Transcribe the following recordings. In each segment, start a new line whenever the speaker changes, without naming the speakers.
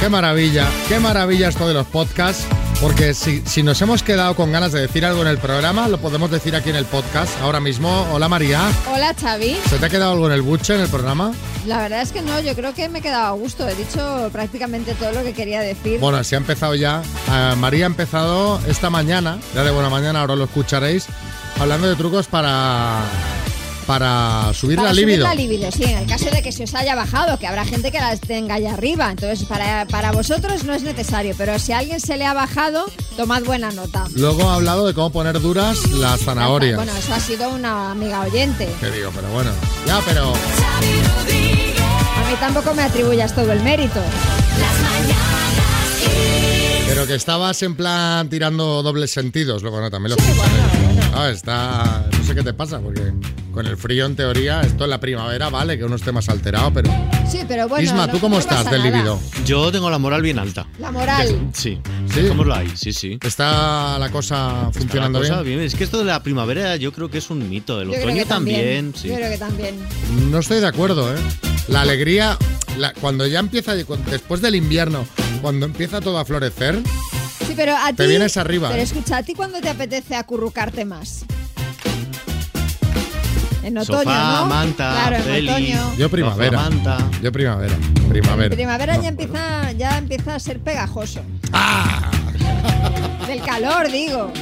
qué maravilla, qué maravilla esto de los podcasts. Porque si, si nos hemos quedado con ganas de decir algo en el programa, lo podemos decir aquí en el podcast ahora mismo. Hola María.
Hola Xavi.
¿Se te ha quedado algo en el buche en el programa?
La verdad es que no, yo creo que me he quedado a gusto. He dicho prácticamente todo lo que quería decir.
Bueno, si ha empezado ya. eh, María ha empezado esta mañana, ya de buena mañana, ahora lo escucharéis, hablando de trucos para, para subir
Para
la
subir
libido.
la libido, sí, en el caso de que se os haya bajado, que habrá gente que las tenga allá arriba. Entonces, para, para vosotros no es necesario, pero si a alguien se le ha bajado, tomad buena nota.
Luego ha hablado de cómo poner duras las zanahorias.
Bueno, eso ha sido una amiga oyente.
Que digo, pero bueno, ya, pero...
A mí tampoco me atribuyas todo el mérito.
Pero que estabas en plan tirando dobles sentidos, luego no, también lo escucharé. Ah, está... No sé qué te pasa, porque con el frío en teoría, esto en la primavera, vale, que uno esté más alterado, pero...
Sí, pero bueno.
Isma,
no-
¿tú cómo
no
estás
pasa
del
nada.
libido?
Yo tengo la moral bien alta.
La moral.
Sí.
¿Sí?
Dejémoslo ahí, sí, sí.
¿Está la cosa funcionando
La cosa
bien?
Es que esto de la primavera yo creo que es un mito. El
Yo creo
otoño
que
también, sí.
Yo creo que también.
No estoy de acuerdo, ¿eh? La alegría, la- cuando ya empieza, después del invierno, cuando empieza todo a florecer,
Sí, pero a ti.
Te vienes arriba,
Pero
¿eh?
escucha, ¿a ti cuándo te apetece acurrucarte más? En otoño,
Sofá,
¿no?
manta,
claro, en
peli.
otoño.
yo primavera.
Bajo la manta.
Yo primavera. Primavera.
Primavera
No,
ya empieza, ya empieza a ser pegajoso.
¡Ah!
Del calor, digo.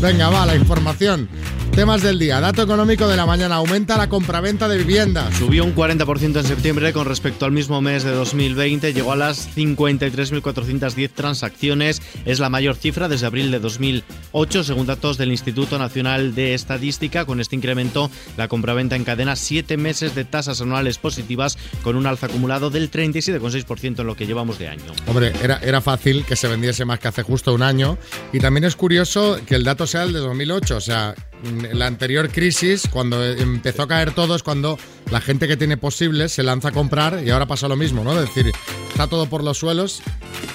Venga, va, la información. Temas del día. Dato económico de la mañana. Aumenta la compraventa de viviendas.
Subió un 40% en septiembre con respecto al mismo mes de 2020, llegó a las 53.410 transacciones, es la mayor cifra desde abril de 2008, según datos del Instituto Nacional de Estadística. Con este incremento, la compraventa encadena siete meses de tasas anuales positivas con un alza acumulado del 37,6% en lo que llevamos de año.
Hombre, era, era fácil que se vendiese más que hace justo un año. Y también es curioso que el dato sea el de 2008. O sea, mm, la anterior crisis, cuando empezó a caer todo, es cuando la gente que tiene posibles se lanza a comprar y ahora pasa lo mismo, ¿no? Es decir, está todo por los suelos,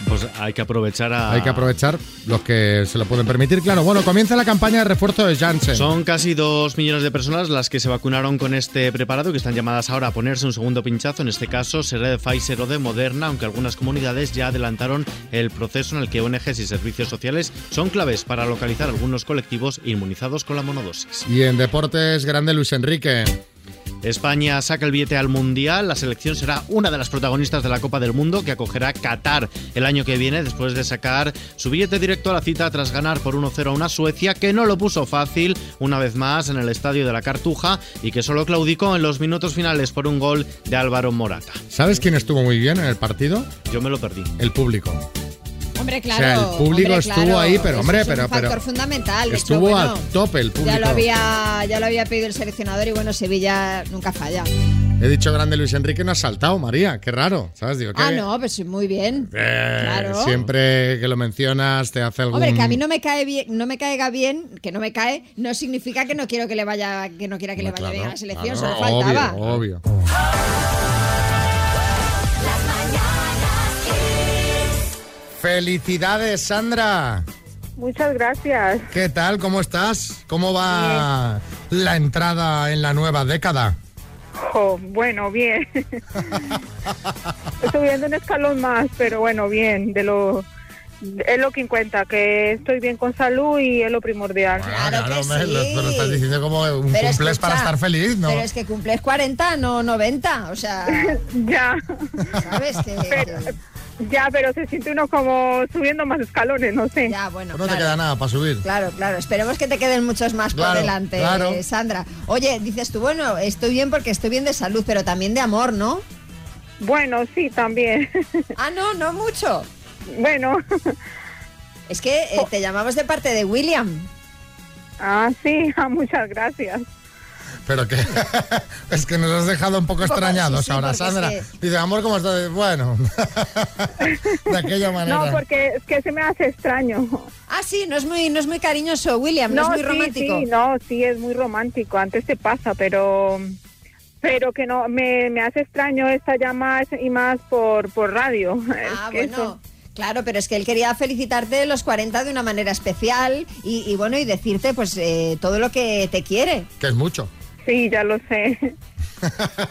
Pues hay que aprovechar a...
hay que aprovechar los que se lo pueden permitir. Claro, bueno, comienza la campaña de refuerzo de Janssen.
Son casi dos millones de personas las que se vacunaron con este preparado que están llamadas ahora a ponerse un segundo pinchazo. En este caso será de Pfizer o de Moderna, aunque algunas comunidades ya adelantaron el proceso en el que ONGs y servicios sociales son claves para localizar algunos colectivos inmunizados con la monodosis.
Y en deportes, grande Luis Enrique.
España saca el billete al Mundial. La selección será una de las protagonistas de la Copa del Mundo que acogerá Qatar el año que viene después de sacar su billete directo a la cita tras ganar por 1-0 a una Suecia que no lo puso fácil una vez más en el estadio de la Cartuja y que solo claudicó en los minutos finales por un gol de Álvaro Morata.
¿Sabes quién estuvo muy bien en el partido?
Yo me lo perdí.
El público.
Hombre,
sea,
claro.
el público
hombre,
estuvo
claro.
ahí, pero,
Eso
hombre,
es un
pero- pero-
factor fundamental. de hecho,
Estuvo
bueno,
a tope el público.
Ya lo, había, ya lo había pedido el seleccionador y bueno, Sevilla nunca falla.
He dicho grande Luis Enrique, no ha saltado, María. Qué raro, ¿sabes? Digo,
Ah,
qué-
no, pues muy bien.
Eh,
Claro.
Siempre que lo mencionas te hace algún...
Hombre, que a mí no me cae bien, no me caiga bien, que no me cae, no significa que no quiero que le vaya, que no quiera que le vaya
Claro,
bien a la selección,
claro,
solo faltaba.
Obvio, obvio. Felicidades, Sandra.
Muchas gracias.
¿Qué tal? ¿Cómo estás? ¿Cómo va la entrada en la nueva década?
Jo, bueno, bien. Subiendo un escalón más, pero bueno, bien. De lo es lo que cuenta, que estoy bien con salud y es lo primordial.
Claro que
hombre,
sí.
lo- pero estás diciendo como un
Pero
cumplés
escucha,
para estar feliz, ¿no?
Pero es que cumples 40, no 90, o sea,
Ya,
¿sabes? Que,
pero,
que-
ya, pero se siente uno como subiendo más escalones, no sé.
ya, bueno,
Pues no
claro.
te queda nada para subir.
Claro, claro. Esperemos que te queden muchos más por
Claro,
delante,
claro.
eh, Sandra. Oye, dices tú, bueno, estoy bien porque estoy bien de salud, pero también de amor, ¿no?
Bueno, sí, también.
Ah, no, no mucho.
bueno,
Es que eh, te llamamos de parte de William.
ah, sí, ah, muchas gracias.
Pero que es que nos has dejado un poco
Un poco,
extrañados
sí, sí,
ahora,
porque es
Sandra.
que-
Dice, amor, ¿cómo estás? Bueno, de aquella manera.
No, porque es que se me hace extraño.
Ah, sí, no es muy, no es muy cariñoso, William, no, es muy
sí,
romántico.
Sí, no, sí, es muy romántico. Antes te pasa, pero pero que no me, me hace extraño esta llamada y más por, por radio.
Ah,
Es que
bueno.
eso-
Claro, pero es que él quería felicitarte los 40 de una manera especial y, y bueno, y decirte pues eh, todo lo que te quiere.
Que es mucho.
sí, ya lo sé.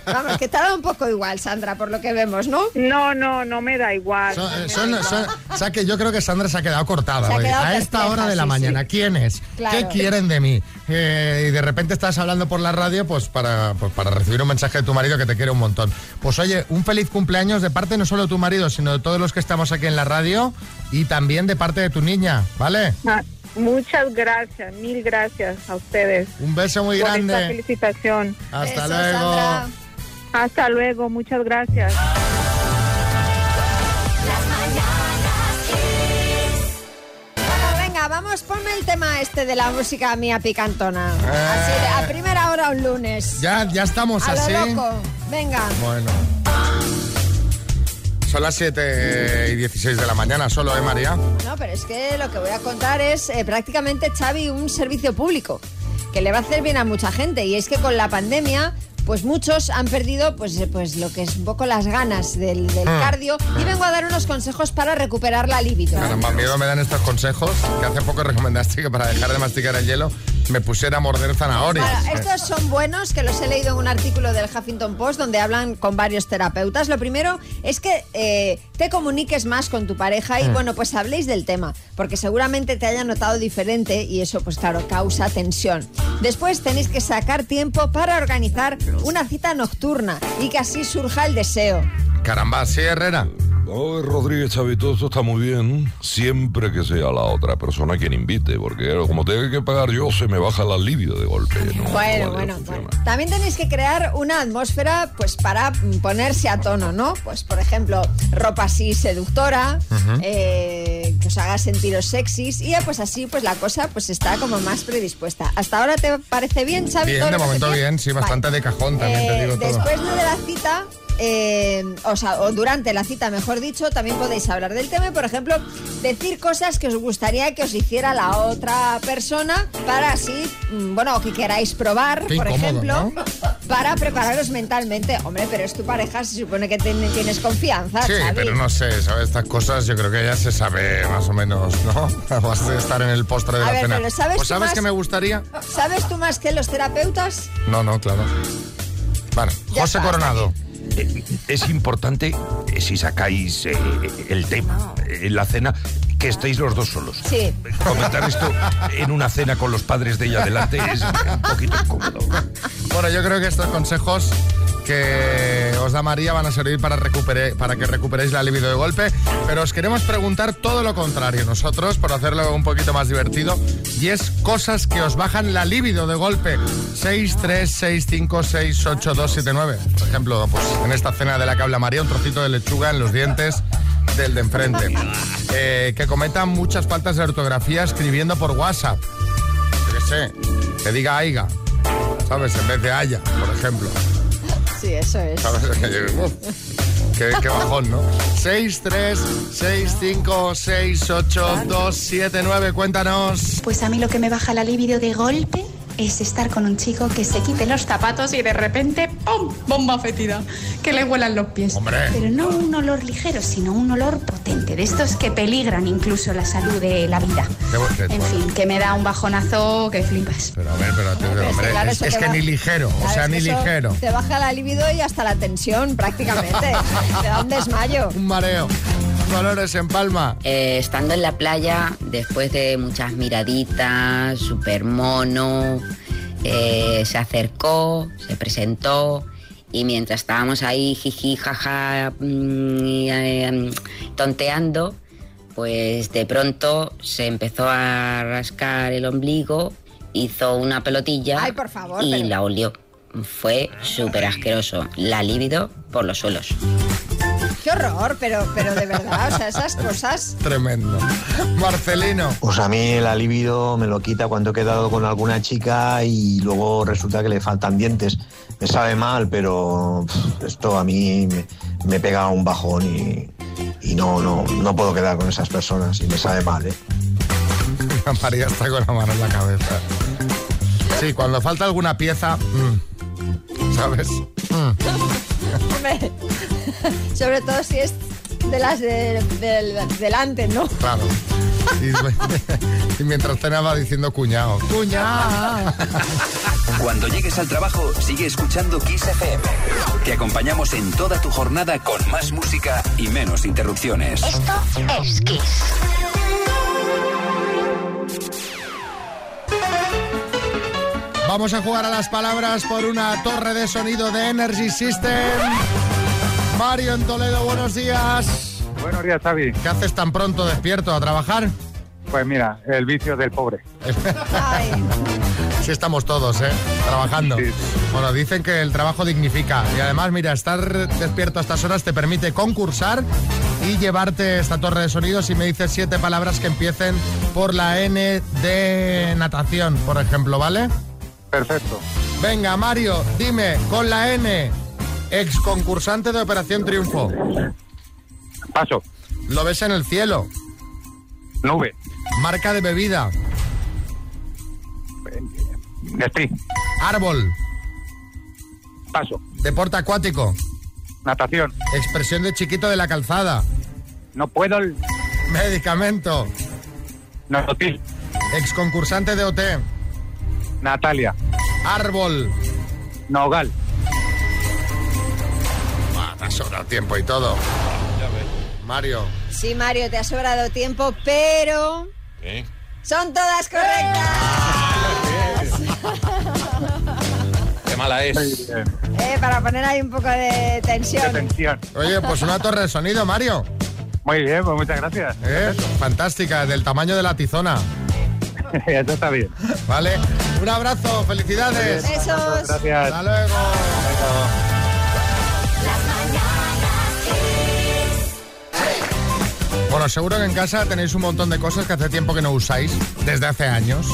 Vamos, que te ha dado un poco igual, Sandra, por lo que vemos, ¿no?
No, no, no me da igual.
Son- eh, son- son- o sea, que yo creo que Sandra se ha quedado cortada.
Se ha
hoy.
quedado
a esta
perpleja,
hora de la
sí,
mañana,
sí.
¿quién es?
Claro.
¿Qué quieren de mí? Eh, y de repente estás hablando por la radio pues para, pues para recibir un mensaje de tu marido que te quiere un montón. Pues oye, un feliz cumpleaños de parte no solo de tu marido, sino de todos los que estamos aquí en la radio y también de parte de tu niña, ¿vale?
Ah, Muchas gracias, mil gracias a ustedes
Un beso muy
por esta
grande.
felicitación.
Hasta
Besos,
luego.
Sandra.
Hasta luego, muchas gracias.
Bueno, venga, vamos, ponme el tema este de la música mía picantona. Así, de- a primera hora un lunes.
Eh. Ya, ya estamos
a lo
así.
loco. Venga.
Bueno. Son las 7 y 16 de la mañana solo, ¿eh, María?
No, pero es que lo que voy a contar es eh, prácticamente, Xavi, un servicio público que le va a hacer bien a mucha gente. Y es que con la pandemia, pues muchos han perdido pues, eh, pues lo que es un poco las ganas del, del cardio. Y vengo a dar unos consejos para recuperar la libido.
Caramba, miedo me dan estos consejos que hace poco recomendaste que para dejar de masticar el hielo me pusiera a morder zanahorias.
Ahora, estos son buenos, que los he leído en un artículo del Huffington Post donde hablan con varios terapeutas. Lo primero es que eh, te comuniques más con tu pareja y, bueno, pues habléis del tema, porque seguramente te haya notado diferente y eso, pues claro, causa tensión. Después tenéis que sacar tiempo para organizar una cita nocturna y que así surja el deseo.
Caramba, sí, Herrera.
No, Rodríguez Chávez, todo esto está muy bien siempre que sea la otra persona quien invite, porque como tenga que pagar yo, se me baja la alivio de golpe. ¿no?
Bueno,
Vale,
bueno,
funciona.
bueno. También tenéis que crear una atmósfera pues para mm, ponerse a tono, ¿no? Pues por ejemplo, ropa así seductora, eh, que os haga sentiros sexys y eh, pues así pues la cosa pues está como más predispuesta. ¿Hasta ahora te parece bien, Xavi?
Bien,
todo
de
lo que te
momento
pide?
bien, sí,
¿eh? Vale.
bastante de cajón también, te
Eh,
digo todo.
Después de la cita, eh, o sea, o durante la cita, mejor dicho, también podéis hablar del tema y, por ejemplo, decir cosas que os gustaría que os hiciera la otra persona para así, mm, bueno, o que queráis probar,
Qué
por
incómodo,
ejemplo, para prepararos mentalmente. Hombre, pero es tu pareja, se supone que ten- tienes confianza,
Sí,
Xavi.
pero no sé, ¿sabes? Estas cosas yo creo que ya se sabe más o menos, ¿no? Vas a estar en el postre de
A
la
ver,
cena.
pero ¿sabes
Pues
tú
¿sabes
más?
qué me gustaría?
¿Sabes tú más que los terapeutas?
No, no, claro. Bueno,
Ya
José
está,
Coronado.
Eh, Es importante, eh, si sacáis eh, el tema eh, en la cena, que estéis los dos solos.
Sí.
Comentar esto en una cena con los padres de ella delante es un poquito incómodo.
Bueno, yo creo que estos consejos que os da María van a servir para, recupere- para que recuperéis la libido de golpe, pero os queremos preguntar todo lo contrario nosotros, por hacerlo un poquito más divertido, y es cosas que os bajan la libido de golpe. 636568279. Por ejemplo, pues en esta cena de la que habla María, un trocito de lechuga en los dientes del de enfrente. Eh, que cometan muchas faltas de ortografía escribiendo por WhatsApp. Yo qué sé, que diga aiga. ¿sabes? En vez de haya, por ejemplo.
Sí, eso es.
¿Sabes? Que yo- uf, Qué, qué bajón, ¿no? 6, 3, 6, 5, 6, 8, 2, 7, 9. Cuéntanos.
Pues a mí lo que me baja la libido de golpe es estar con un chico que se quite los zapatos y de repente ¡pum! bomba fetida, que le huelan los pies.
Hombre,
Pero no un olor ligero, sino un olor potente, de estos que peligran incluso la salud de la vida.
Qué bu- qué
En
bueno.
fin, que me da un bajonazo que flipas.
pero a ver, pero, tío,
Pero es que,
hombre,
claro,
es,
eso
es
te
que
va-
ni ligero, o
Claro,
sea,
es
ni
que eso
ligero.
Te baja la libido y hasta la tensión prácticamente. te da un desmayo.
Un mareo. Dolores en palma.
Eh, estando en la playa, después de muchas miraditas, super mono, eh, se acercó, se presentó y mientras estábamos ahí, jiji, jaja, mm, y, eh, tonteando, pues de pronto se empezó a rascar el ombligo, hizo una pelotilla
Ay, por favor,
y
pero-
la olió. Fue súper asqueroso. La libido por los suelos.
Qué horror, pero, pero de verdad, o sea, esas cosas.
Tremendo. Marcelino.
Pues a mí el libido me lo quita cuando he quedado con alguna chica y luego resulta que le faltan dientes. Me sabe mal, pero pff, esto a mí me, me pega un bajón y, y no, no, no puedo quedar con esas personas y me sabe mal, ¿eh?
María está con la mano en la cabeza. Sí, cuando falta alguna pieza. mm, ¿Sabes?
hombre, Sobre todo si es de las de- del- delante, ¿no?
Claro. Y, y mientras cenaba diciendo cuñado.
Cuñado.
Cuando llegues al trabajo, sigue escuchando Kiss FM. Te acompañamos en toda tu jornada con más música y menos interrupciones.
Esto es Kiss.
Vamos a jugar a las palabras por una torre de sonido de Energy System. Mario en Toledo, buenos días.
Buenos días, Xavi.
¿Qué haces tan pronto despierto a trabajar?
Pues mira, el vicio del pobre.
Sí estamos todos, ¿eh? Trabajando. Bueno, dicen que el trabajo dignifica y además, mira, estar despierto a estas horas te permite concursar y llevarte esta torre de sonidos si me dices siete palabras que empiecen por la N de natación, por ejemplo, ¿vale?
Perfecto.
Venga, Mario, dime, con la N, ex concursante de Operación Triunfo.
Paso.
¿Lo ves en el cielo?
Nube.
Marca de bebida.
Nestri.
Árbol.
Paso.
Deporte acuático.
Natación.
Expresión de chiquito de la calzada.
No puedo. el-
Medicamento.
Natación.
Ex concursante de OT.
Natalia.
Árbol.
Nogal.
Ah, te ha sobrado tiempo y todo. Mario.
Sí, Mario, te ha sobrado tiempo, pero son todas correctas.
Qué mala es.
Eh, para poner ahí un poco de tensión.
Oye, pues una torre de sonido, Mario.
Muy bien, pues muchas gracias.
Eh, Fantástica, del tamaño de la tizona.
Eso está bien.
Vale. Un abrazo, felicidades.
Muy bien. Besos. Gracias.
Hasta luego. Bueno, seguro que en casa tenéis un montón de cosas que hace tiempo que no usáis, desde hace años.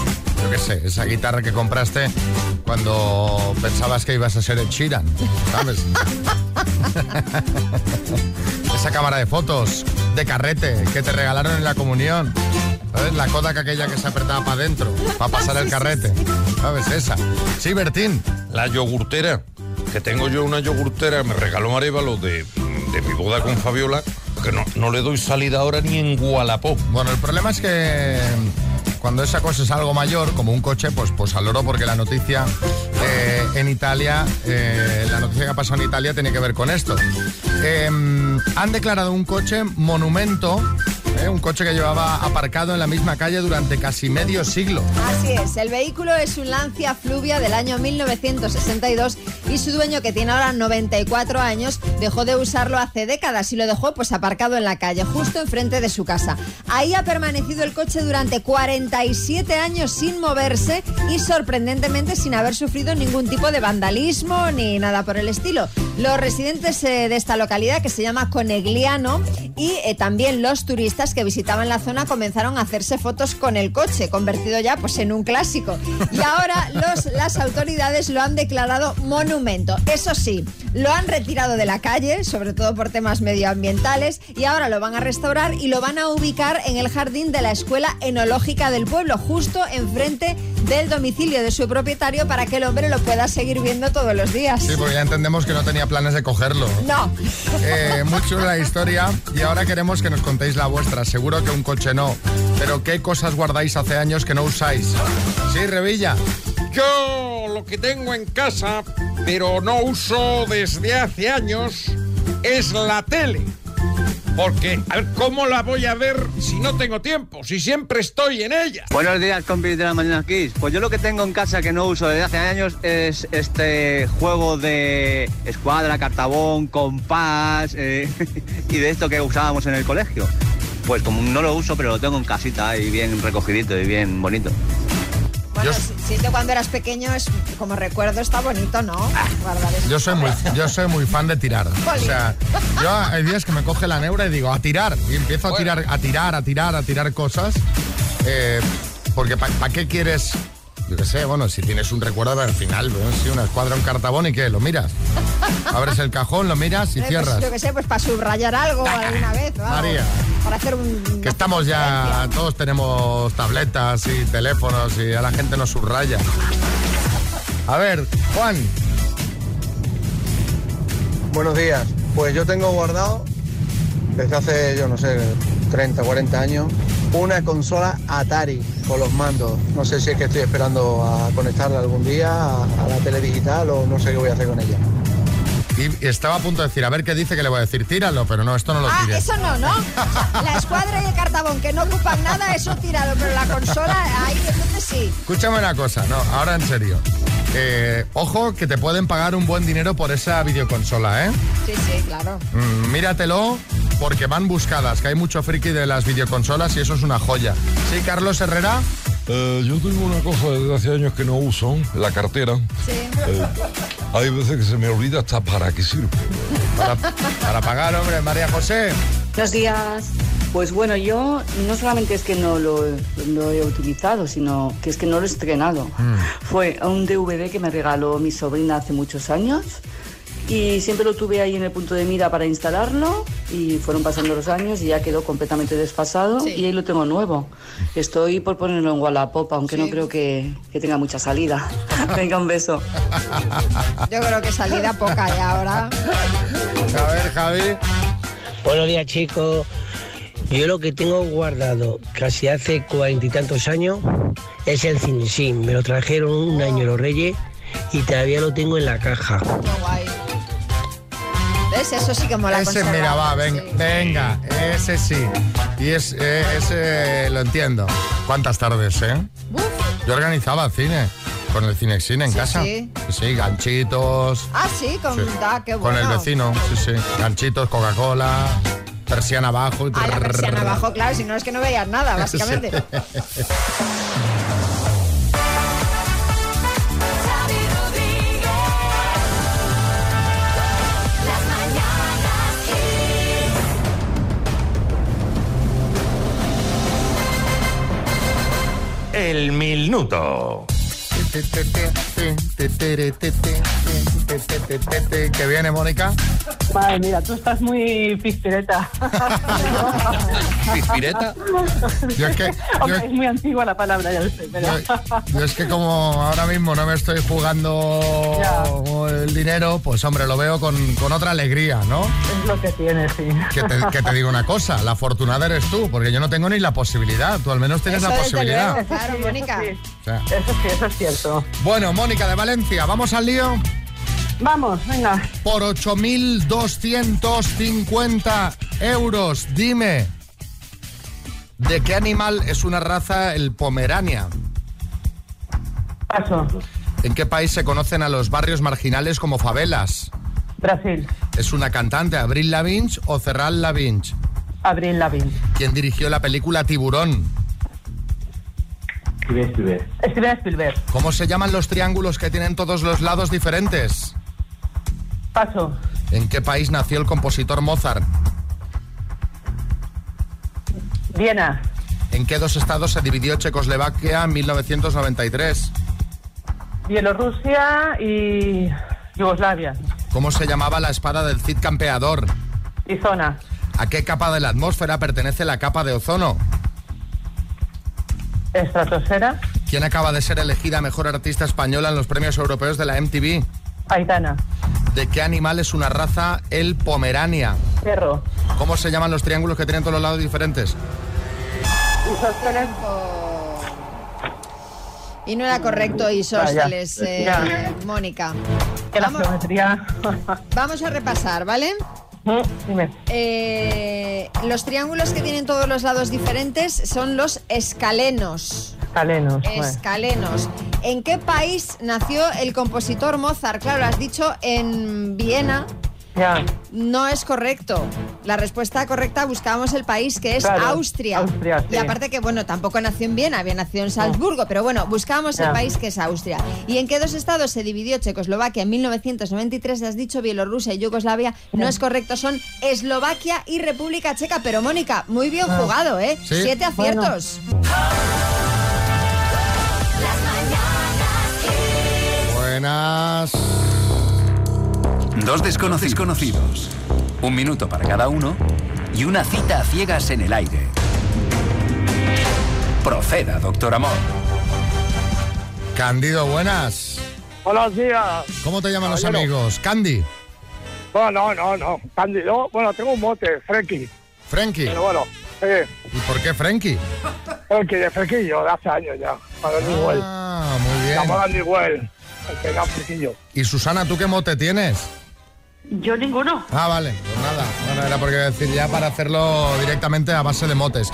Yo qué sé, esa guitarra que compraste cuando pensabas que ibas a ser el Sheeran, ¿sabes? esa cámara de fotos, de carrete, que te regalaron en la comunión. ¿Sabes? La Kodak aquella que se apretaba para adentro, para pasar el carrete. ¿Sabes? Esa. Sí, Bertín.
La yogurtera, que tengo yo una yogurtera, me regaló Marevalo de, de mi boda con Fabiola, que no, no le doy salida ahora ni en Gualapó.
Bueno, el problema es que mm, cuando esa cosa es algo mayor, como un coche, pues, pues al oro, porque la noticia eh, en Italia, eh, la noticia que ha pasado en Italia tiene que ver con esto. Eh, han declarado un coche monumento, eh, un coche que llevaba aparcado en la misma calle durante casi medio siglo.
Así es, el vehículo es un Lancia Fluvia del año 1962 y su dueño, que tiene ahora 94 años, dejó de usarlo hace décadas y lo dejó pues aparcado en la calle, justo enfrente de su casa. Ahí ha permanecido el coche durante 47 años sin moverse y sorprendentemente sin haber sufrido ningún tipo de vandalismo ni nada por el estilo. Los residentes eh, de esta localidad, que se llama Conegliano, y eh, también los turistas que visitaban la zona comenzaron a hacerse fotos con el coche, convertido ya pues en un clásico. Y ahora los, las autoridades lo han declarado monumento. Eso sí, lo han retirado de la calle, sobre todo por temas medioambientales, y ahora lo van a restaurar y lo van a ubicar en el jardín de la Escuela Enológica del Pueblo, justo enfrente del domicilio de su propietario para que el hombre lo pueda seguir viendo todos los días.
Sí, porque ya entendemos que no tenía planes de cogerlo.
No.
Eh, muy chula la historia y ahora queremos que nos contéis la vuestra. Seguro que un coche no, pero ¿qué cosas guardáis hace años que no usáis? Sí, Revilla.
Yo lo que tengo en casa, pero no uso desde hace años, es la tele. Porque, a ver, ¿cómo la voy a ver si no tengo tiempo? Si siempre estoy en ella.
Buenos días, compis de la mañana Kiss. Pues yo lo que tengo en casa que no uso desde hace años es este juego de escuadra, cartabón, compás eh, y de esto que usábamos en el colegio. Pues como no lo uso, pero lo tengo en casita y bien recogidito y bien bonito.
Bueno, siento cuando eras pequeño, es, como recuerdo, está bonito, ¿no? Guardar eso.
Yo soy muy, yo soy muy fan de tirar. O sea, yo hay días que me coge la neura y digo, a tirar. Y empiezo a tirar, a tirar, a tirar, a tirar cosas. Eh, porque ¿para qué quieres? Yo qué sé, bueno, si tienes un recuerdo, pero al final, bueno, sí, una escuadra, un cartabón y qué, lo miras. Abres el cajón, lo miras y
Eh, pues,
cierras.
Yo qué sé, pues para subrayar algo alguna vez. o algo.
María.
Para hacer un...
Que estamos ya, todos tenemos tabletas y teléfonos y a la gente nos subraya. A ver, Juan.
Buenos días. Pues yo tengo guardado desde hace, yo no sé, 30, 40 años,
una consola Atari con los mandos. No sé si es que estoy esperando a conectarla algún día a, a la tele digital o no sé qué voy a hacer con ella.
Y estaba a punto de decir, a ver qué dice que le voy a decir, tíralo, pero no, esto no lo
Ah,
tires.
eso no, ¿no? La escuadra y el cartabón que no ocupan nada, eso tirado, pero la consola, ahí entonces sí.
Escúchame una cosa, no, ahora en serio. Eh, ojo que te pueden pagar un buen dinero por esa videoconsola, ¿eh?
Sí, sí, claro.
Mm, míratelo porque van buscadas, que hay mucho friki de las videoconsolas y eso es una joya. Sí, Carlos Herrera.
Eh, yo tengo una cosa desde hace años que no uso, la cartera. Eh, hay veces que se me olvida hasta para qué sirve.
Para, pagar, hombre, María José.
Buenos días. Pues bueno, yo no solamente es que no lo, lo he utilizado, sino que es que no lo he estrenado.
Mm.
Fue un DVD que me regaló mi sobrina hace muchos años y siempre lo tuve ahí en el punto de mira para instalarlo y fueron pasando los años y ya quedó completamente desfasado y ahí lo tengo nuevo. Estoy por ponerlo en Wallapop, aunque no creo que, que tenga mucha salida. Venga, un beso.
Yo creo que salida poca ya ahora.
A ver, Javi.
Buenos días, chicos. Yo lo que tengo guardado casi hace cuarenta y tantos años es el CineSim. Me lo trajeron un año los Reyes y todavía lo tengo en la caja.
¿Ves? Eso sí que mola
Ese,
conservar.
mira, va, ven- venga, ese sí. Y es, eh, ese lo entiendo. ¿Cuántas tardes, eh? Yo organizaba cine, con el Cinexine en
Sí,
casa.
sí.
sí, ganchitos.
Ah, sí, con,
Sí.
ah, qué
Con
bueno.
el vecino, sí, sí. Ganchitos, Coca-Cola, persiana abajo. y
Ah, la persiana abajo, claro, si no es que no veías nada, básicamente.
Sí.
El minuto.
Que viene, Mónica.
Madre mía, tú estás muy pispireta.
¿Pispireta? Yo es que-
Hombre,
yo-
es muy antigua la palabra, ya lo sé, pero...
Yo es que como ahora mismo no me estoy jugando el dinero, pues hombre, lo veo con, con otra alegría, ¿no?
Es lo que tiene, sí.
Que te, que te digo una cosa, la afortunada eres tú, porque yo no tengo ni la posibilidad, tú al menos tienes la
Eso desde
posibilidad.
luego.
Claro, Mónica.
O sea,
Eso sí, eso es cierto.
Bueno, Mónica de Valencia, ¿vamos al lío?
Vamos, venga.
Por 8.250 euros, dime, ¿de qué animal es una raza el Pomerania?
Paso.
¿En qué país se conocen a los barrios marginales como favelas?
Brasil.
¿Es una cantante Abril Lavinch o Cerral Lavinch?
Abril Lavín.
¿Quién dirigió la película Tiburón?
Steven Spielberg.
¿Cómo se llaman los triángulos que tienen todos los lados diferentes?
Paso.
¿En qué país nació el compositor Mozart?
Viena.
¿En qué dos estados se dividió Checoslovaquia en 1993?
Bielorrusia y Yugoslavia.
¿Cómo se llamaba la espada del Cid campeador?
Y zona.
¿A qué capa de la atmósfera pertenece la capa de ozono?
Estratosfera.
¿Quién acaba de ser elegida mejor artista española en los premios europeos de la MTV?
Aitana.
¿De qué animal es una raza el Pomerania?
Perro.
¿Cómo se llaman los triángulos que tienen todos los lados diferentes?
Isósceles.
Y no era correcto Isósceles,
Vaya.
eh,
Ya.
Mónica.
Que la geometría.
Vamos a repasar, ¿vale?
Dime.
Eh, los triángulos que tienen todos los lados diferentes son los escalenos.
Escalenos. bueno.
Escalenos. ¿En qué país nació el compositor Mozart? Claro, has dicho en Viena.
Ya.
No es correcto. La respuesta correcta buscábamos el país que es
Claro,
Austria.
Austria,
Y
sí.
aparte que, bueno, tampoco nació en Viena, había nacido en Salzburgo, pero bueno, buscábamos el
Ya.
país que es Austria. ¿Y en qué dos estados se dividió Checoslovaquia en 1993? Has dicho Bielorrusia y Yugoslavia. No es correcto, son Eslovaquia y República Checa. Pero Mónica, muy bien
Ah.
jugado, ¿eh?
Sí.
Siete
Bueno.
aciertos.
Buenas.
Dos desconocidos conocidos. Un minuto para cada uno y una cita a ciegas en el aire. Proceda, doctor Amor.
Candido, buenas.
Buenos días.
¿Cómo te llaman los
Caballero.
amigos? Candy.
No, no, no, no. Candido, bueno, tengo un mote, Frenkie.
Frenkie.
Pero bueno,
¿Y por qué Frenkie?
Porque de flequillo, de hace años ya. Para el Newell.
Ah, muy bien.
Llamó al Newell. El pegado flequillo.
Y Susana, ¿tú qué mote tienes?
Yo ninguno.
Ah, vale, pues nada. Bueno, era porque decir ya para hacerlo directamente a base de motes.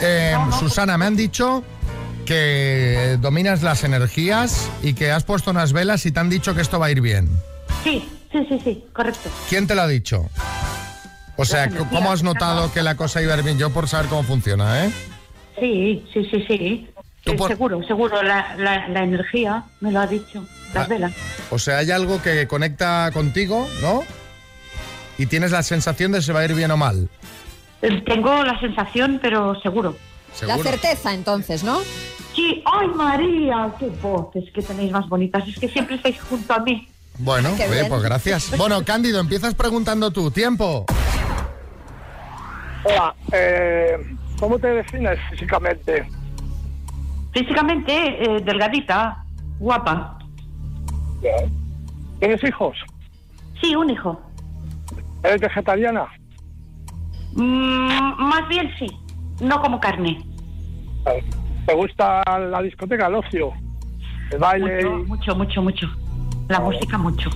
Eh, Susana, me han dicho que dominas las energías y que has puesto unas velas y te han dicho que esto va a ir bien.
Sí, sí, sí, sí, correcto.
¿Quién te lo ha dicho? O sea,
energías,
¿cómo has notado que la cosa iba a ir bien? Yo por saber cómo funciona, ¿eh?
Sí, sí, sí, sí. Sí, Seguro, seguro, la, la, la energía me lo ha dicho, las velas.
Ah, O sea, hay algo que conecta contigo, ¿no? Y tienes la sensación de si va a ir bien o mal.
Eh, Tengo la sensación, pero seguro.
La certeza, entonces, ¿no?
Sí, ay María, qué voces que tenéis más bonitas, es que siempre estáis junto a mí.
Bueno,
Qué
oye,
bien.
pues gracias. Bueno, Cándido, empiezas preguntando tú. Tiempo.
Hola, eh, ¿cómo te defines físicamente?
Físicamente, eh, delgadita, guapa.
¿Tienes hijos?
Sí, un hijo.
¿Eres vegetariana?
Mm, más bien sí, no como carne.
¿Te gusta la discoteca, el ocio? El baile.
Mucho, mucho, mucho. La música mucho.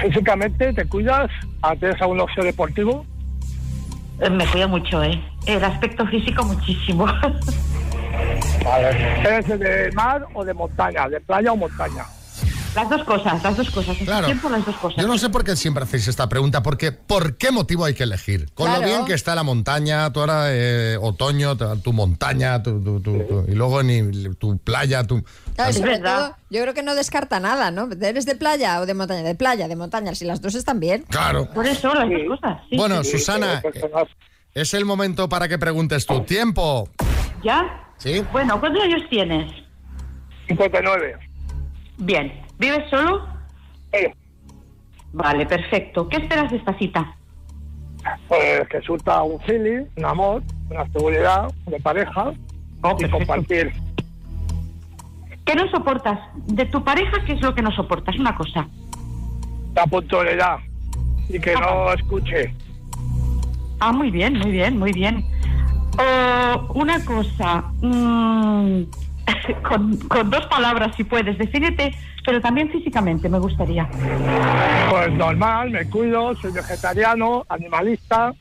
¿Físicamente te cuidas? ¿Ah, ¿Tienes algún ocio deportivo?
Eh, me cuido mucho, ¿eh? El aspecto físico muchísimo.
¿Eres de mar o de montaña? ¿De playa o montaña?
las dos cosas, las dos cosas. Es
Claro.
Tiempo las dos cosas.
Yo no sé por qué siempre hacéis esta pregunta, porque ¿por qué motivo hay que elegir? Con
Claro.
lo bien que está la montaña, tú ahora eh, otoño, tu, tu montaña, tu, tu- tu- tu- y luego ni tu playa, tu...
Claro, sobre todo, yo creo que no descarta nada, ¿no? ¿Eres de playa o de montaña? De playa, de montaña, si las dos están bien.
Claro.
Por eso, las dos cosas. sí,
bueno,
sí.
Susana, eh, es el momento para que preguntes tu tiempo.
¿Ya?
Sí.
Bueno, ¿cuántos años tienes?
59.
Bien. ¿Vives solo? Vale, perfecto. ¿Qué esperas de esta cita?
Pues que surta un feeling, un amor, una seguridad de pareja y compartir.
¿Qué no soportas? De tu pareja, ¿qué es lo que no soportas? Una cosa.
La puntualidad y que no escuche.
Ah, muy bien, muy bien, muy bien. O una cosa, mm, con, con dos palabras si puedes, defínete, pero también físicamente me gustaría.
Pues normal, me cuido, soy vegetariano, animalista,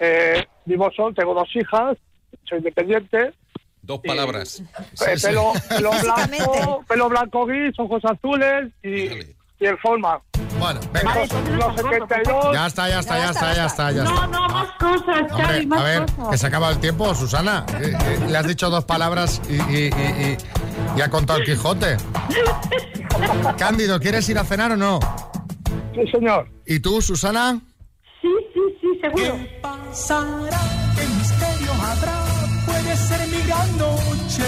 eh, vivo solo, tengo dos hijas, soy independiente,
Dos palabras.
eh, pelo, pelo blanco, pelo blanco gris, ojos azules y, y en forma.
Bueno,
venga. Los 72.
Ya está, ya está, ya está, ya está, ya está. Ah,
no, más cosas,
Hombre, a ver, que se acaba el tiempo, Susana. Eh, eh, le has dicho dos palabras y, y- y- y- y ha contado el Quijote. Cándido, ¿quieres ir a cenar o no?
Sí, señor.
¿Y tú, Susana?
Sí, sí, sí, seguro.
¿Qué pasará? ¿Qué misterio habrá? Puede ser mi gran noche.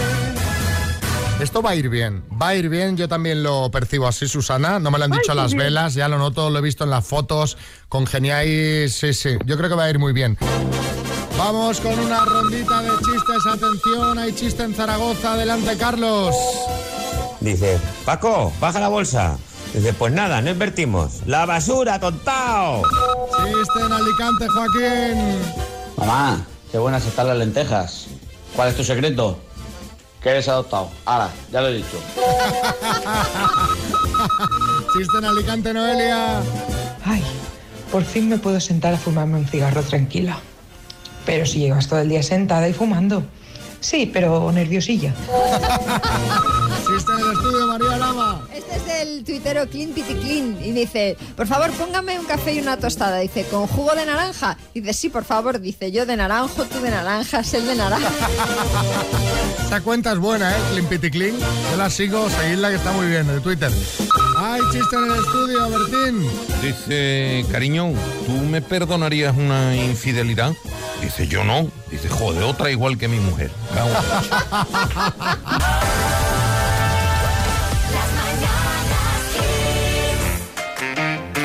Esto va a ir bien, va a ir bien, yo también lo percibo así, Susana. No me lo han dicho
Ay, qué
las
bien.
velas, ya lo noto, lo he visto en las fotos. Congeniáis, sí, sí, yo creo que va a ir muy bien. Vamos con una rondita de chistes, atención, hay chiste en Zaragoza, adelante Carlos.
Dice, Paco, baja la bolsa. Dice, pues nada, no invertimos. La basura, tontao.
Chiste en Alicante, Joaquín.
Mamá, qué buenas están las lentejas. ¿Cuál es tu secreto? Que eres adoptado. Ahora, ya lo he dicho.
Chiste en Alicante, Noelia.
Ay, por fin me puedo sentar a fumarme un cigarro tranquila. Pero si llevas todo el día sentada y fumando. Sí, pero nerviosilla.
Chiste en el estudio, María Lama.
Este es del tuitero Clean Pity Clean y dice, por favor, póngame un café y una tostada. Dice, ¿con jugo de naranja? Dice, sí, por favor. Dice, yo de naranjo, tú de naranjas, él de naranja. Ah,
Esta cuenta es buena, ¿eh? Clean Pity Clean. Yo la sigo, seguidla que está muy bien, de Twitter. Hay chiste en el estudio, Bertín.
Dice, cariño, ¿tú me perdonarías una infidelidad? Dice, yo no. Dice, joder, otra igual que mi mujer. Cago en la-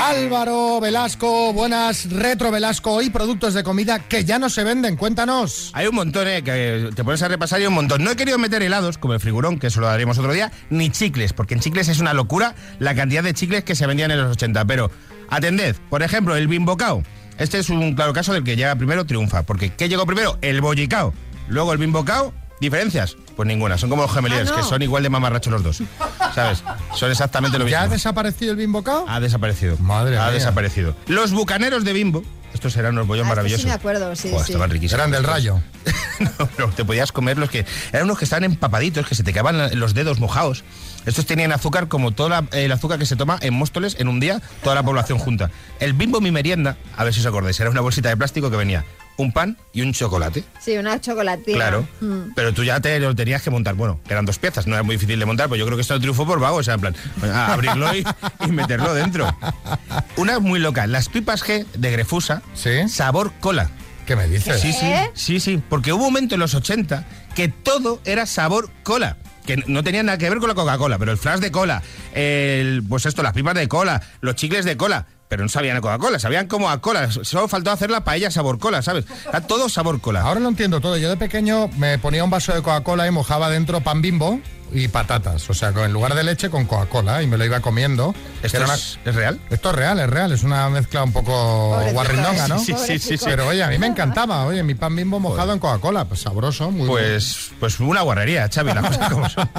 Álvaro Velasco, buenas Retro Velasco y productos de comida que ya no se venden, cuéntanos.
Hay un montón, ¿eh? Que te pones a repasar y hay un montón. No he querido meter helados, como el frigurón, que se lo daremos otro día, ni chicles, porque en chicles es una locura la cantidad de chicles que se vendían en los 80. Pero atended, por ejemplo, el bimbocao. Este es un claro caso del que llega primero triunfa. Porque ¿qué llegó primero? El bollicao. Luego el bimbocao. ¿Diferencias? Pues ninguna. Son como los gemeliers,
Ah, no.
que son igual de mamarrachos los dos. ¿Sabes? Son exactamente lo mismo.
¿Ya ha desaparecido el bimbocao?
Ha desaparecido. Madre Ha
mía.
desaparecido. Los bucaneros de Bimbo. Estos eran unos
Ah,
bollos
Yo
maravillosos.
sí me acuerdo, sí,
Buah,
sí.
estaban riquísimos.
Eran del rayo.
no, pero te podías comer los que. Eran unos que estaban empapaditos, que se te quedaban la- los dedos mojados. Estos tenían azúcar como todo el azúcar que se toma en Móstoles en un día, toda la población junta. El bimbo mi merienda, a ver si os acordáis, era una bolsita de plástico que venía un pan y un chocolate.
Sí, una chocolatina.
Claro.
Mm.
Pero tú ya te lo tenías que montar. Bueno, que eran dos piezas, no era muy difícil de montar, pero yo creo que esto triunfó por vago. O sea, en plan, pues, a abrirlo y, y meterlo dentro. Una muy loca, las pipas G de Grefusa, sabor cola.
¿Qué me dices?
Sí, sí,
¿Eh?
¿Qué?
sí, sí. Porque hubo un momento en los 80 que todo era sabor cola. Que no tenía nada que ver con la Coca-Cola, pero el flash de cola, el, pues esto, las pipas de cola, los chicles de cola, pero no sabían a Coca-Cola, sabían como a cola. Solo faltó hacer la paella sabor cola, ¿sabes? Está todo sabor cola.
Ahora lo entiendo todo. Yo de pequeño me ponía un vaso de Coca-Cola y mojaba dentro pan bimbo y patatas. O sea, con- en lugar de leche con Coca-Cola y me lo iba comiendo.
¿Esto
Era
es- es real?
Esto es real, es real. Es una mezcla un poco
Pobrecito,
guarrindonga,
¿eh?
¿no?
Sí, sí, sí, sí, sí.
Pero oye, a mí me encantaba. Oye, mi pan bimbo mojado en Coca-Cola. Pues sabroso, muy
Pues, pues una guarrería, Xavi, las cosas como son.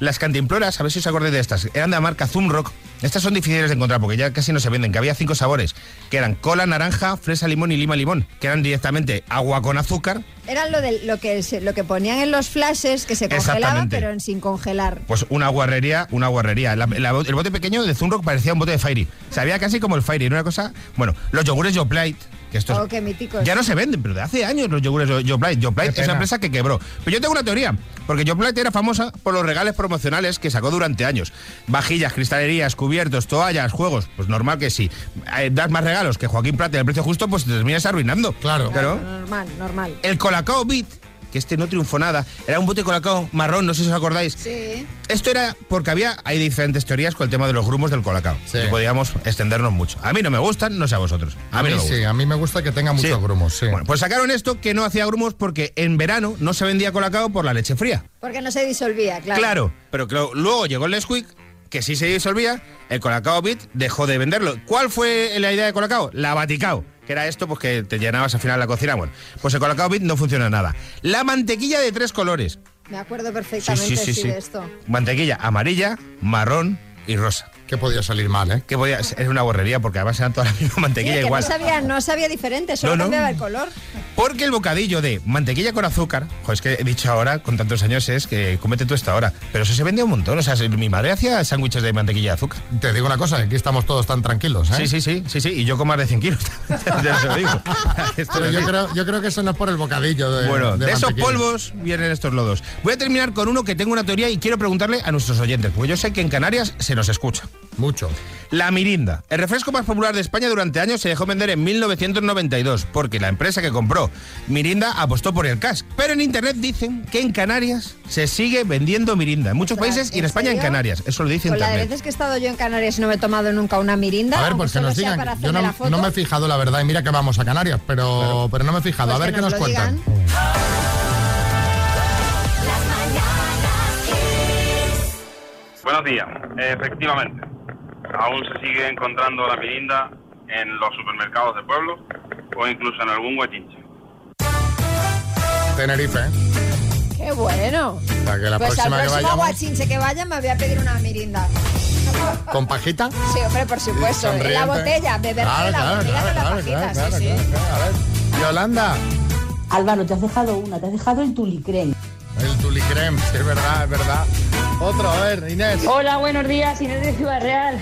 Las cantimploras, a ver si os acordáis de estas, eran de la marca Zumrock. Estas son difíciles de encontrar porque ya casi no se venden, que había cinco sabores, que eran cola, naranja, fresa, limón y lima limón, que eran directamente agua con azúcar.
Era lo, de, lo, que, se- lo que ponían en los flashes que se congelaba,
Exactamente.
pero en- sin congelar.
Pues una guarrería, una guarrería. La- la- el bote pequeño de Zumrock parecía un bote de Fairy. Sabía casi como el Fairy, era una cosa... Bueno, los yogures Yoplait, que estos...
Oh, qué míticos.
Ya no se venden, pero de hace años los yogures Yo- Yoplait. Yoplait
Pues Qué
es una
pena.
empresa que quebró. Pero yo tengo una teoría, porque Yoplait era famosa por los regales promocionales que sacó durante años. Vajillas, cristalerías, cubiertos, toallas, juegos. Pues normal que sí. Eh, Das más regalos que Joaquín Plata y el precio justo, pues te terminas arruinando. Claro. Claro.
Normal, normal.
El Colacao Beat, que este no triunfó nada, era un bote de Colacao marrón, no sé si os acordáis.
Sí.
Esto era porque había, hay diferentes teorías con el tema de los grumos del colacao. Que podíamos extendernos mucho. A mí no me gustan, no sé a vosotros. A,
A
mí,
mí
no me
sí,
gustan.
a mí me gusta que tenga muchos
Sí.
grumos, sí.
Bueno, pues sacaron esto que no hacía grumos porque en verano no se vendía colacao por la leche fría.
Porque no se disolvía, claro.
Claro. Pero claro, luego llegó el Nesquik, que sí se disolvía, el colacao bit dejó de venderlo. ¿Cuál fue la idea de colacao? La Vaticao. Que era esto, pues que te llenabas al final la cocina. Bueno, pues el colacao bit no funciona nada. La mantequilla de tres colores.
Me acuerdo perfectamente
Sí, sí, sí,
sí,
sí.
de esto.
Mantequilla amarilla, marrón y rosa.
Que podía salir mal, ¿eh?
Que podía es una borrería porque además eran todas las mismas mantequilla
Sí, que
igual.
No sabía, no sabía diferente, solo
No, no.
cambiaba el color.
Porque el bocadillo de mantequilla con azúcar, jo, es que he dicho ahora con tantos años es que cómete tú esta ahora, pero eso se vende un montón, o sea, si- mi madre hacía sándwiches de mantequilla de azúcar.
Te digo una cosa, aquí estamos todos tan tranquilos, ¿eh?
Sí, sí, sí, sí, sí, y yo con más de 100 kilos. ya os lo digo. Esto
Pero
es
yo
así.
creo, yo creo que eso no es por el bocadillo de
Bueno, de, esos
mantequilla.
polvos vienen estos lodos. Voy a terminar con uno que tengo una teoría y quiero preguntarle a nuestros oyentes, porque yo sé que en Canarias se nos escucha.
Mucho.
La Mirinda. El refresco más popular de España durante años se dejó vender en 1992, porque la empresa que compró Mirinda apostó por el cash. Pero en Internet dicen que en Canarias se sigue vendiendo Mirinda. En muchos
Ostras,
países y en
¿en
España en
serio?
Canarias. Eso lo dice
Con la de
Internet.
veces que he estado yo en Canarias y no me he tomado nunca una mirinda.
A ver,
aunque
pues que
solo
nos
sea para
digan. Yo
hacerme la
no,
foto,
no me he fijado, la verdad, y mira que vamos a Canarias, pero, pero no me he fijado.
pues
a ver
que
qué
nos
nos,
lo
cuentan.
Buenos días. Efectivamente, aún se sigue encontrando la mirinda en los supermercados de pueblo o incluso en algún huechinche.
Tenerife.
Qué bueno.
O sea, que la
pues al
próxima que
próximo
vayamos,
guachinche que vaya me voy a pedir una mirinda.
con pajita.
Sí, hombre, por supuesto. Pues En la
Sonriente.
botella, beber
Claro,
de la
claro,
botella
claro,
con la
claro,
pajita.
claro,
sí, sí.
claro, claro. A ver. Yolanda,
Álvaro, te has dejado una, te has dejado el tulicrén.
el tulicrem, sí, es verdad, es verdad. Otro, a ver, Inés.
Hola, buenos días, Inés de Ciudad Real.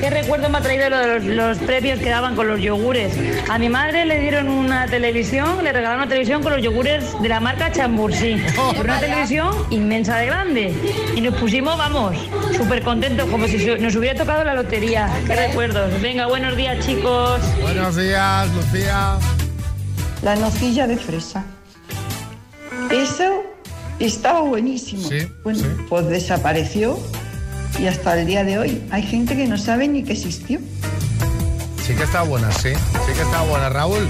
Qué recuerdo me ha traído lo de los, los premios que daban con los yogures. A mi madre le dieron una televisión, le regalaron una televisión con los yogures de la marca Chambursí. Era una televisión inmensa de grande. Y nos pusimos, vamos, súper contentos, como si se- nos hubiera tocado la lotería. Qué recuerdos. Venga, buenos días, chicos.
Buenos días, Lucía.
La nocilla de fresa. Eso estaba buenísimo. bueno, pues desapareció y hasta el día de hoy hay gente que no sabe ni que existió.
Sí que está buena, sí. Sí que está buena, Raúl.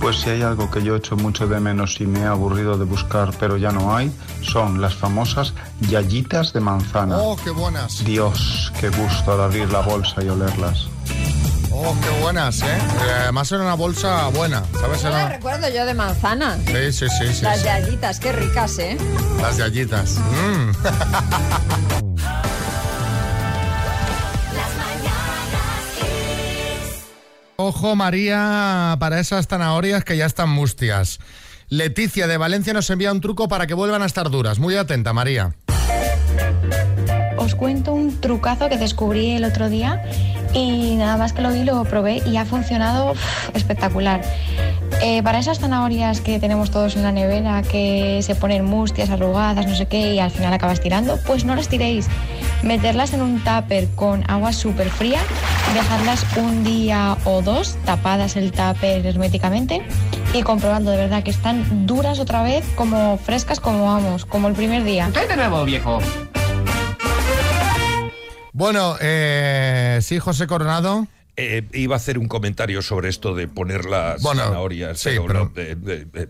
Pues si hay algo que yo echo mucho de menos y me he aburrido de buscar, pero ya no hay, son las famosas yayitas de manzana.
Oh, qué buenas.
Dios, qué gusto al abrir la bolsa y olerlas.
Oh, qué buenas, ¿eh? Eh, Además era una bolsa buena, ¿sabes?
No la
Era...
recuerdo yo de manzana.
Sí, sí, sí, sí.
Las
sí.
de allitas, qué ricas, ¿eh?
Las galletas. Mm. Ojo María para esas zanahorias que ya están mustias. Leticia de Valencia nos envía un truco para que vuelvan a estar duras. Muy atenta, María.
Os cuento un trucazo que descubrí el otro día y nada más que lo vi, lo probé y ha funcionado uf, espectacular. Eh, para esas zanahorias que tenemos todos en la nevera, que se ponen mustias, arrugadas, no sé qué, y al final acabas tirando, pues no las tiréis. Meterlas en un tupper con agua súper fría, dejarlas un día o dos, tapadas el tupper herméticamente y comprobando de verdad que están duras otra vez, como frescas como vamos, como el primer día.
de nuevo, viejo. Bueno, eh, sí, José Coronado.
Eh, iba a hacer un comentario sobre esto de poner las
Bueno,
zanahorias,
sí,
pero,
pero-
no, eh, eh, eh,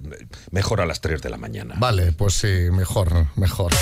mejor a las 3 de la mañana.
Vale, pues sí, mejor, mejor.